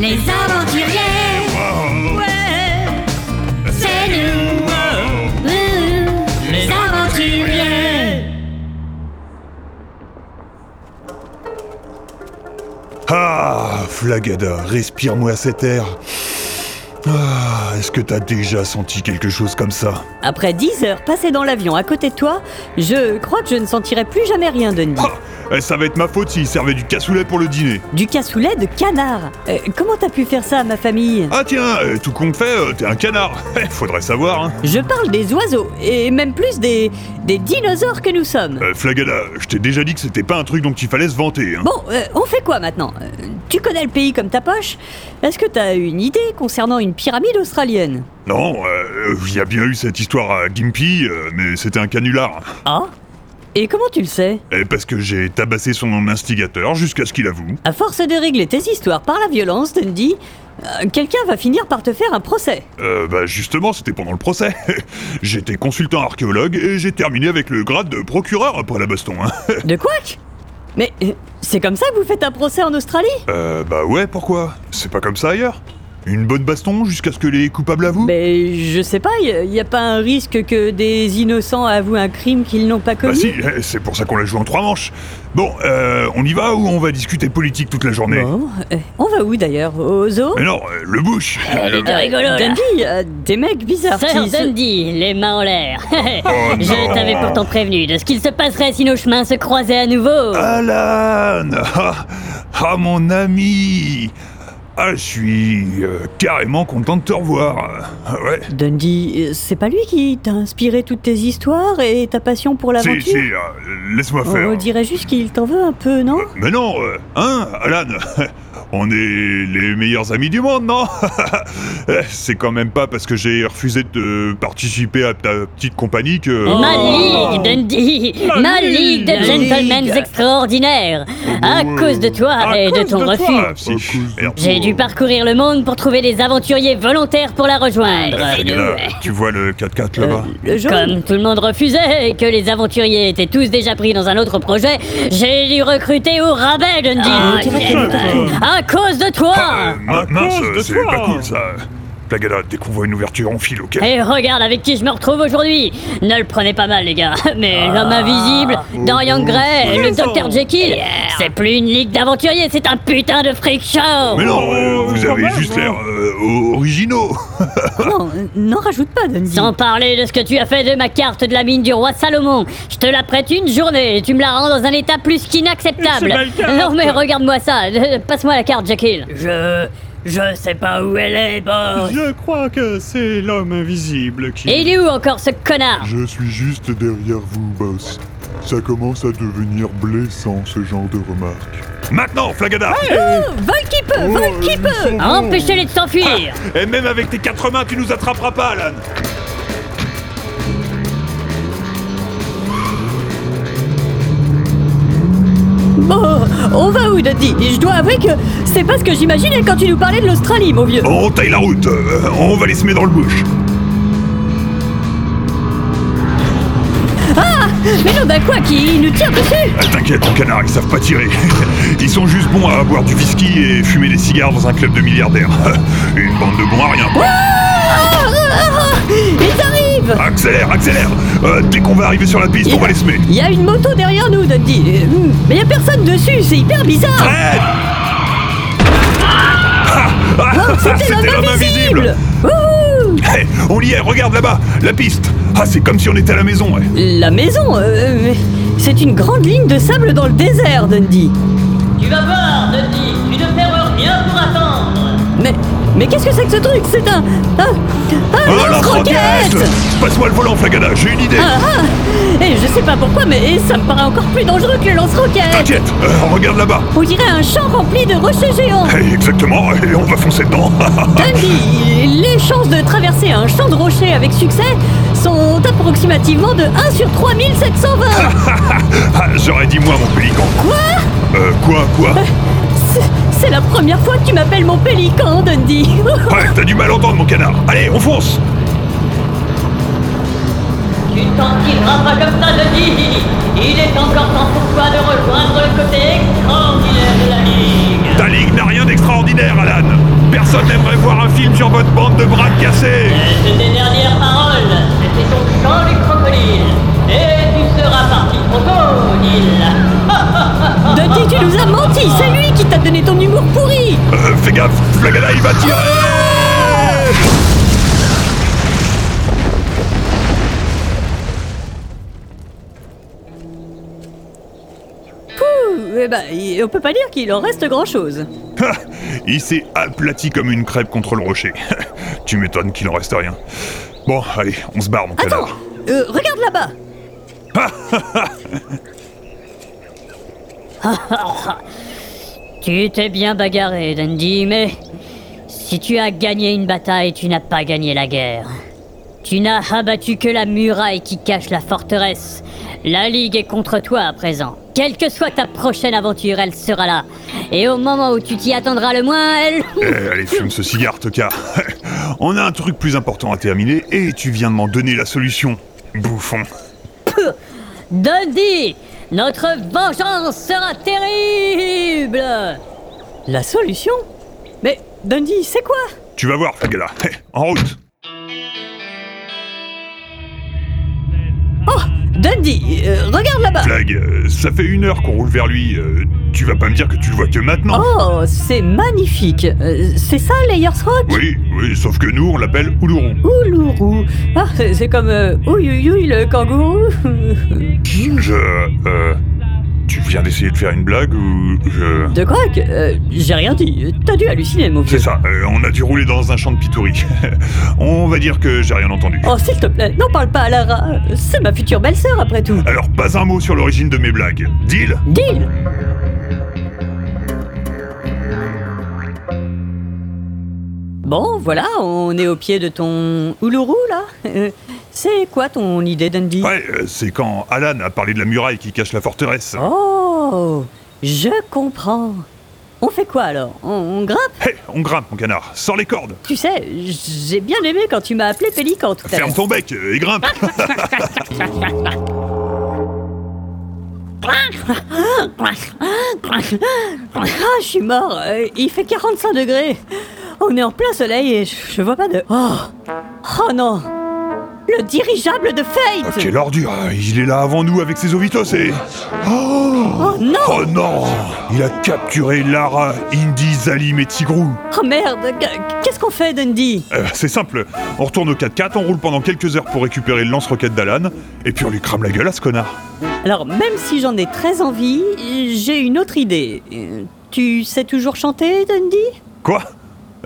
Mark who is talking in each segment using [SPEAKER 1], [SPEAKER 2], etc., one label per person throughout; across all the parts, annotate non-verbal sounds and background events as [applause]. [SPEAKER 1] Les aventuriers, ouais, c'est nous, Ouh, les aventuriers.
[SPEAKER 2] Ah, Flagada, respire-moi cet air. Ah, est-ce que t'as déjà senti quelque chose comme ça
[SPEAKER 3] Après 10 heures passées dans l'avion à côté de toi, je crois que je ne sentirai plus jamais rien, Dundee.
[SPEAKER 2] Ah, eh, Ça va être ma faute s'il servait du cassoulet pour le dîner.
[SPEAKER 3] Du cassoulet de canard Euh, Comment t'as pu faire ça à ma famille
[SPEAKER 2] Ah tiens, euh, tout compte fait, euh, t'es un canard. [laughs] Eh, faudrait savoir, hein.
[SPEAKER 3] Je parle des oiseaux, et même plus des, des dinosaures que nous sommes.
[SPEAKER 2] Euh, Flagada, je t'ai déjà dit que c'était pas un truc dont il fallait se vanter. Hein.
[SPEAKER 3] Bon, euh, on fait quoi maintenant Euh, Tu connais le pays comme ta poche Est-ce que t'as une idée concernant une pyramide australienne
[SPEAKER 2] Non, euh, il y a bien eu cette histoire à Gimpy, euh, mais c'était un canular.
[SPEAKER 3] Ah Et comment tu le sais
[SPEAKER 2] Eh, parce que j'ai tabassé son instigateur jusqu'à ce qu'il avoue.
[SPEAKER 3] À force de régler tes histoires par la violence, Dundee, euh, quelqu'un va finir par te faire un procès.
[SPEAKER 2] Euh, bah justement, c'était pendant le procès. [laughs] J'étais consultant archéologue et j'ai terminé avec le grade de procureur après la baston. Hein.
[SPEAKER 3] De quoi que Mais euh, c'est comme ça que vous faites un procès en Australie
[SPEAKER 4] Hein
[SPEAKER 2] Euh, bah ouais, pourquoi C'est pas comme ça ailleurs. Une bonne baston jusqu'à ce que les coupables avouent
[SPEAKER 3] Mais Ben, je sais pas, il n'y a pas un risque que des innocents avouent un crime qu'ils n'ont pas
[SPEAKER 2] Bah
[SPEAKER 3] commis
[SPEAKER 2] si, eh, c'est pour ça qu'on la joue en trois manches. Bon, euh, on y va ou on va discuter politique toute la journée
[SPEAKER 3] Bon, euh, on va où d'ailleurs Au zoo
[SPEAKER 2] Mais non, euh, le bouche
[SPEAKER 4] les deux rigolos, Ah, là.
[SPEAKER 3] Dundee, euh, des mecs bizarres
[SPEAKER 4] Sir
[SPEAKER 3] qui se-
[SPEAKER 4] Dundee, les mains en l'air.
[SPEAKER 2] Oh non.
[SPEAKER 4] [laughs] Je t'avais pourtant prévenu de ce qu'il se passerait si nos chemins se croisaient à nouveau.
[SPEAKER 2] Alan ah, ah, mon ami Ah, je suis euh, carrément content de te revoir. Ah, Ouais.
[SPEAKER 3] Dundee, euh, c'est pas lui qui t'a inspiré toutes tes histoires et ta passion pour
[SPEAKER 2] Si,
[SPEAKER 3] l'aventure
[SPEAKER 2] si, euh, laisse-moi faire.
[SPEAKER 3] On dirait juste qu'il t'en veut un peu, non
[SPEAKER 2] Mais non, euh, hein, Alan [laughs] On est les meilleurs amis du monde, non [laughs] Eh, C'est quand même pas parce que j'ai refusé de participer à ta petite compagnie que... Ah,
[SPEAKER 4] Ma ligue, Dundee Ma Oh. ligue de gentlemen extraordinaires À cause de toi
[SPEAKER 2] À
[SPEAKER 4] et de
[SPEAKER 2] cause
[SPEAKER 4] ton
[SPEAKER 2] toi,
[SPEAKER 4] refus,
[SPEAKER 2] psy. Ah, Merde.
[SPEAKER 4] j'ai dû parcourir le monde pour trouver des aventuriers volontaires pour la rejoindre.
[SPEAKER 2] Eh, là, tu vois le 4x4 là-bas
[SPEAKER 3] Le jaune
[SPEAKER 4] Comme tout Euh, le monde refusait et que les aventuriers étaient tous déjà pris dans un autre projet, j'ai dû recruter au rabais, Dundee À cause de
[SPEAKER 2] Euh,
[SPEAKER 4] toi
[SPEAKER 2] min- Mince, c'est pas cool ça Plagada, dès qu'on voit une ouverture, on file, ok
[SPEAKER 4] Et regarde avec qui je me retrouve aujourd'hui Ne le prenez pas mal, les gars, [laughs] mais l'homme invisible, Dorian Gray, le Dr Jekyll, c'est plus une ligue d'aventuriers, c'est un putain de freak show
[SPEAKER 2] Mais non,
[SPEAKER 4] oh,
[SPEAKER 2] euh, vous avez juste
[SPEAKER 4] hein.
[SPEAKER 2] l'air euh, o- originaux
[SPEAKER 3] Non, euh, n'en rajoute pas, Dundee.
[SPEAKER 4] Sans parler de ce que tu as fait de ma carte de la mine du roi Salomon, je te la prête une journée et tu me la rends dans un état plus qu'inacceptable. Non mais regarde-moi ça, [laughs] Euh, passe-moi la carte Jekyll.
[SPEAKER 5] Je. Je sais pas où elle est, Boris.
[SPEAKER 6] Je crois que c'est l'homme invisible qui...
[SPEAKER 4] Et il est où encore ce connard
[SPEAKER 7] Je suis juste derrière vous, boss. Ça commence à devenir blessant, ce genre de remarque.
[SPEAKER 2] Maintenant, Flagada
[SPEAKER 3] Vol qui peut,
[SPEAKER 2] Oh,
[SPEAKER 3] vol qui peut
[SPEAKER 4] Empêchez-les de s'enfuir
[SPEAKER 2] Et même avec tes quatre mains, tu nous attraperas pas, Alan
[SPEAKER 3] Oh, on va où, Dundee Je dois avouer que c'est pas ce que j'imaginais quand tu nous parlais de l'Australie, mon vieux.
[SPEAKER 2] On taille la route, euh, on va les semer dans le bouche
[SPEAKER 3] Mais non, bah quoi, qui nous tire dessus
[SPEAKER 2] Ah, T'inquiète, mon canard, ils savent pas tirer. [laughs] Ils sont juste bons à boire du whisky et fumer des cigares dans un club de milliardaires. [laughs] Une bande de bons à rien. quoi.
[SPEAKER 3] Ah, Ils arrivent
[SPEAKER 2] Accélère, accélère Euh, Dès qu'on va arriver sur la piste, on va les semer.
[SPEAKER 3] Il y a une moto derrière nous, Dundee. Euh, hmm, Mais il y a personne dessus, c'est hyper bizarre.
[SPEAKER 2] Hey Ah, ah,
[SPEAKER 3] Oh,
[SPEAKER 2] [laughs]
[SPEAKER 3] C'était l'homme invisible. Wouhou
[SPEAKER 2] Hey, on y est, regarde là-bas, la piste Ah, c'est comme si on était à la maison, ouais.
[SPEAKER 3] La maison, euh, c'est une grande ligne de sable dans le désert, Dundee.
[SPEAKER 5] Tu vas voir, Dundee, tu ne perds rien pour attendre.
[SPEAKER 3] Mais, mais qu'est-ce que c'est que ce truc C'est un, un, un
[SPEAKER 2] Oh,
[SPEAKER 3] lance-roquette
[SPEAKER 2] lance-roquette Passe-moi le volant, Flagada, j'ai une idée
[SPEAKER 3] Ah, ah. Et je sais pas pourquoi, mais ça me paraît encore plus dangereux que le lance-roquette
[SPEAKER 2] T'inquiète, euh, regarde là-bas
[SPEAKER 3] On dirait un champ rempli de rochers géants
[SPEAKER 2] Hey, Exactement, et on va foncer dedans [laughs]
[SPEAKER 3] Dundee, les chances de traverser un champ de rochers avec succès sont approximativement de 1 sur 3720
[SPEAKER 2] Ah, J'aurais dit moi, mon pélican
[SPEAKER 3] Quoi
[SPEAKER 2] Euh, quoi, quoi
[SPEAKER 3] C'est- C'est la première fois que tu m'appelles mon pélican, Dundee
[SPEAKER 2] Ouais, t'as du mal à entendre, mon canard. Allez, on fonce
[SPEAKER 5] Tu t'en tireras pas comme ça, Dundee. Il est encore temps pour toi de rejoindre le côté extraordinaire de la ligue.
[SPEAKER 2] Ta ligue n'a rien d'extraordinaire, Alan personne n'aimerait voir un film sur votre bande de bras cassés
[SPEAKER 5] Et tes dernières paroles, c'était ton chant du crocodile. Et tu seras parti trop tôt, Nil.
[SPEAKER 3] Dundee, tu nous as menti C'est lui qui t'a donné ton humour pourri
[SPEAKER 2] Euh, Fais gaffe, Flagada, il va tirer
[SPEAKER 3] Pouh Eh ben, il- on peut pas dire qu'il en reste grand-chose.
[SPEAKER 2] Ah, [laughs] Il s'est aplati comme une crêpe contre le rocher. [laughs] tu m'étonnes qu'il en reste rien. Bon, allez, on se barre, mon
[SPEAKER 3] Attends
[SPEAKER 2] connard.
[SPEAKER 3] euh, Regarde là-bas
[SPEAKER 4] Tu t'es bien bagarré, Dandy, mais si tu as gagné une bataille, tu n'as pas gagné la guerre. Tu n'as abattu que la muraille qui cache la forteresse. La Ligue est contre toi à présent. Quelle que soit ta prochaine aventure, elle sera là. Et au moment où tu t'y attendras le moins, elle...
[SPEAKER 2] Eh, allez, fume ce cigare, Toka. [laughs] on a un truc plus important à terminer et tu viens de m'en donner la solution, bouffon.
[SPEAKER 4] Dundee Notre vengeance sera terrible
[SPEAKER 3] La solution Mais, Dundee, c'est quoi
[SPEAKER 2] Tu vas voir, Flagada. [laughs] En route
[SPEAKER 3] Oh Dundee, euh, regarde là-bas
[SPEAKER 2] Flag, euh, ça fait une heure qu'on roule vers lui. euh, tu vas pas me dire que tu le vois que maintenant
[SPEAKER 3] Oh, c'est magnifique Euh, C'est ça, Layers Rock
[SPEAKER 2] Oui, oui, sauf que nous, on l'appelle Oulourou.
[SPEAKER 3] Oulourou Ah, c'est comme euh, Ouyouyouy le kangourou Mmh.
[SPEAKER 2] Je... euh, tu viens d'essayer de faire une blague ou... Je...
[SPEAKER 3] De quoi que- euh, J'ai rien dit, t'as dû halluciner, mon vieux
[SPEAKER 2] C'est ça, euh, on a dû rouler dans un champ de pitourie. [laughs] on va dire que j'ai rien entendu.
[SPEAKER 3] Oh, s'il te plaît, n'en parle pas à Lara C'est ma future belle-sœur, après tout
[SPEAKER 2] Alors, pas un mot sur l'origine de mes blagues. Deal
[SPEAKER 3] Deal Bon, voilà, on est au pied de ton Oulourou, là [laughs] Euh, C'est quoi ton idée, Dundee
[SPEAKER 2] Ouais, euh, c'est quand Alan a parlé de la muraille qui cache la forteresse.
[SPEAKER 3] Oh Je comprends On fait quoi, alors on, on grimpe
[SPEAKER 2] Hé, on grimpe, mon canard. Sors les cordes.
[SPEAKER 3] Tu sais, j'ai bien aimé quand tu m'as appelé Pélican tout à l'heure.
[SPEAKER 2] Ferme ton bec euh, et grimpe.
[SPEAKER 3] Ah, je suis mort. euh, il fait 45 degrés. On est en plein soleil et je, je vois pas de. Oh, oh non. Le dirigeable de Fate.
[SPEAKER 2] Quelle ordure euh, Il est là avant nous avec ses ovitos et... Oh
[SPEAKER 3] Oh non.
[SPEAKER 2] Oh non Il a capturé Lara, Indy, Zalim et Tigrou.
[SPEAKER 3] Oh merde. qu- Qu'est-ce qu'on fait, Dundee
[SPEAKER 2] Euh, c'est simple, on retourne au 4x4, on roule pendant quelques heures pour récupérer le lance-roquette d'Alan, et puis on lui crame la gueule à ce connard.
[SPEAKER 3] Alors même si j'en ai très envie, j'ai une autre idée. Euh, Tu sais toujours chanter, Dundee
[SPEAKER 2] Quoi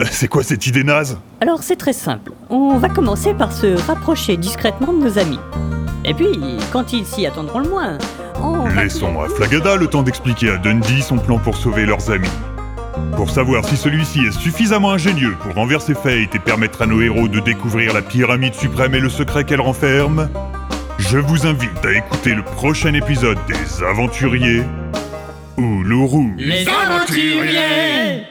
[SPEAKER 2] Euh, C'est quoi cette idée naze
[SPEAKER 3] Alors c'est très simple. On va commencer par se rapprocher discrètement de nos amis. Et puis, quand ils s'y attendront le moins, on va-
[SPEAKER 2] Laissons à Flagada le temps d'expliquer à Dundee son plan pour sauver leurs amis. Pour savoir si celui-ci est suffisamment ingénieux pour renverser Fate et permettre à nos héros de découvrir la pyramide suprême et le secret qu'elle renferme, je vous invite à écouter le prochain épisode des Aventuriers ou Lourou.
[SPEAKER 1] Les aventuriers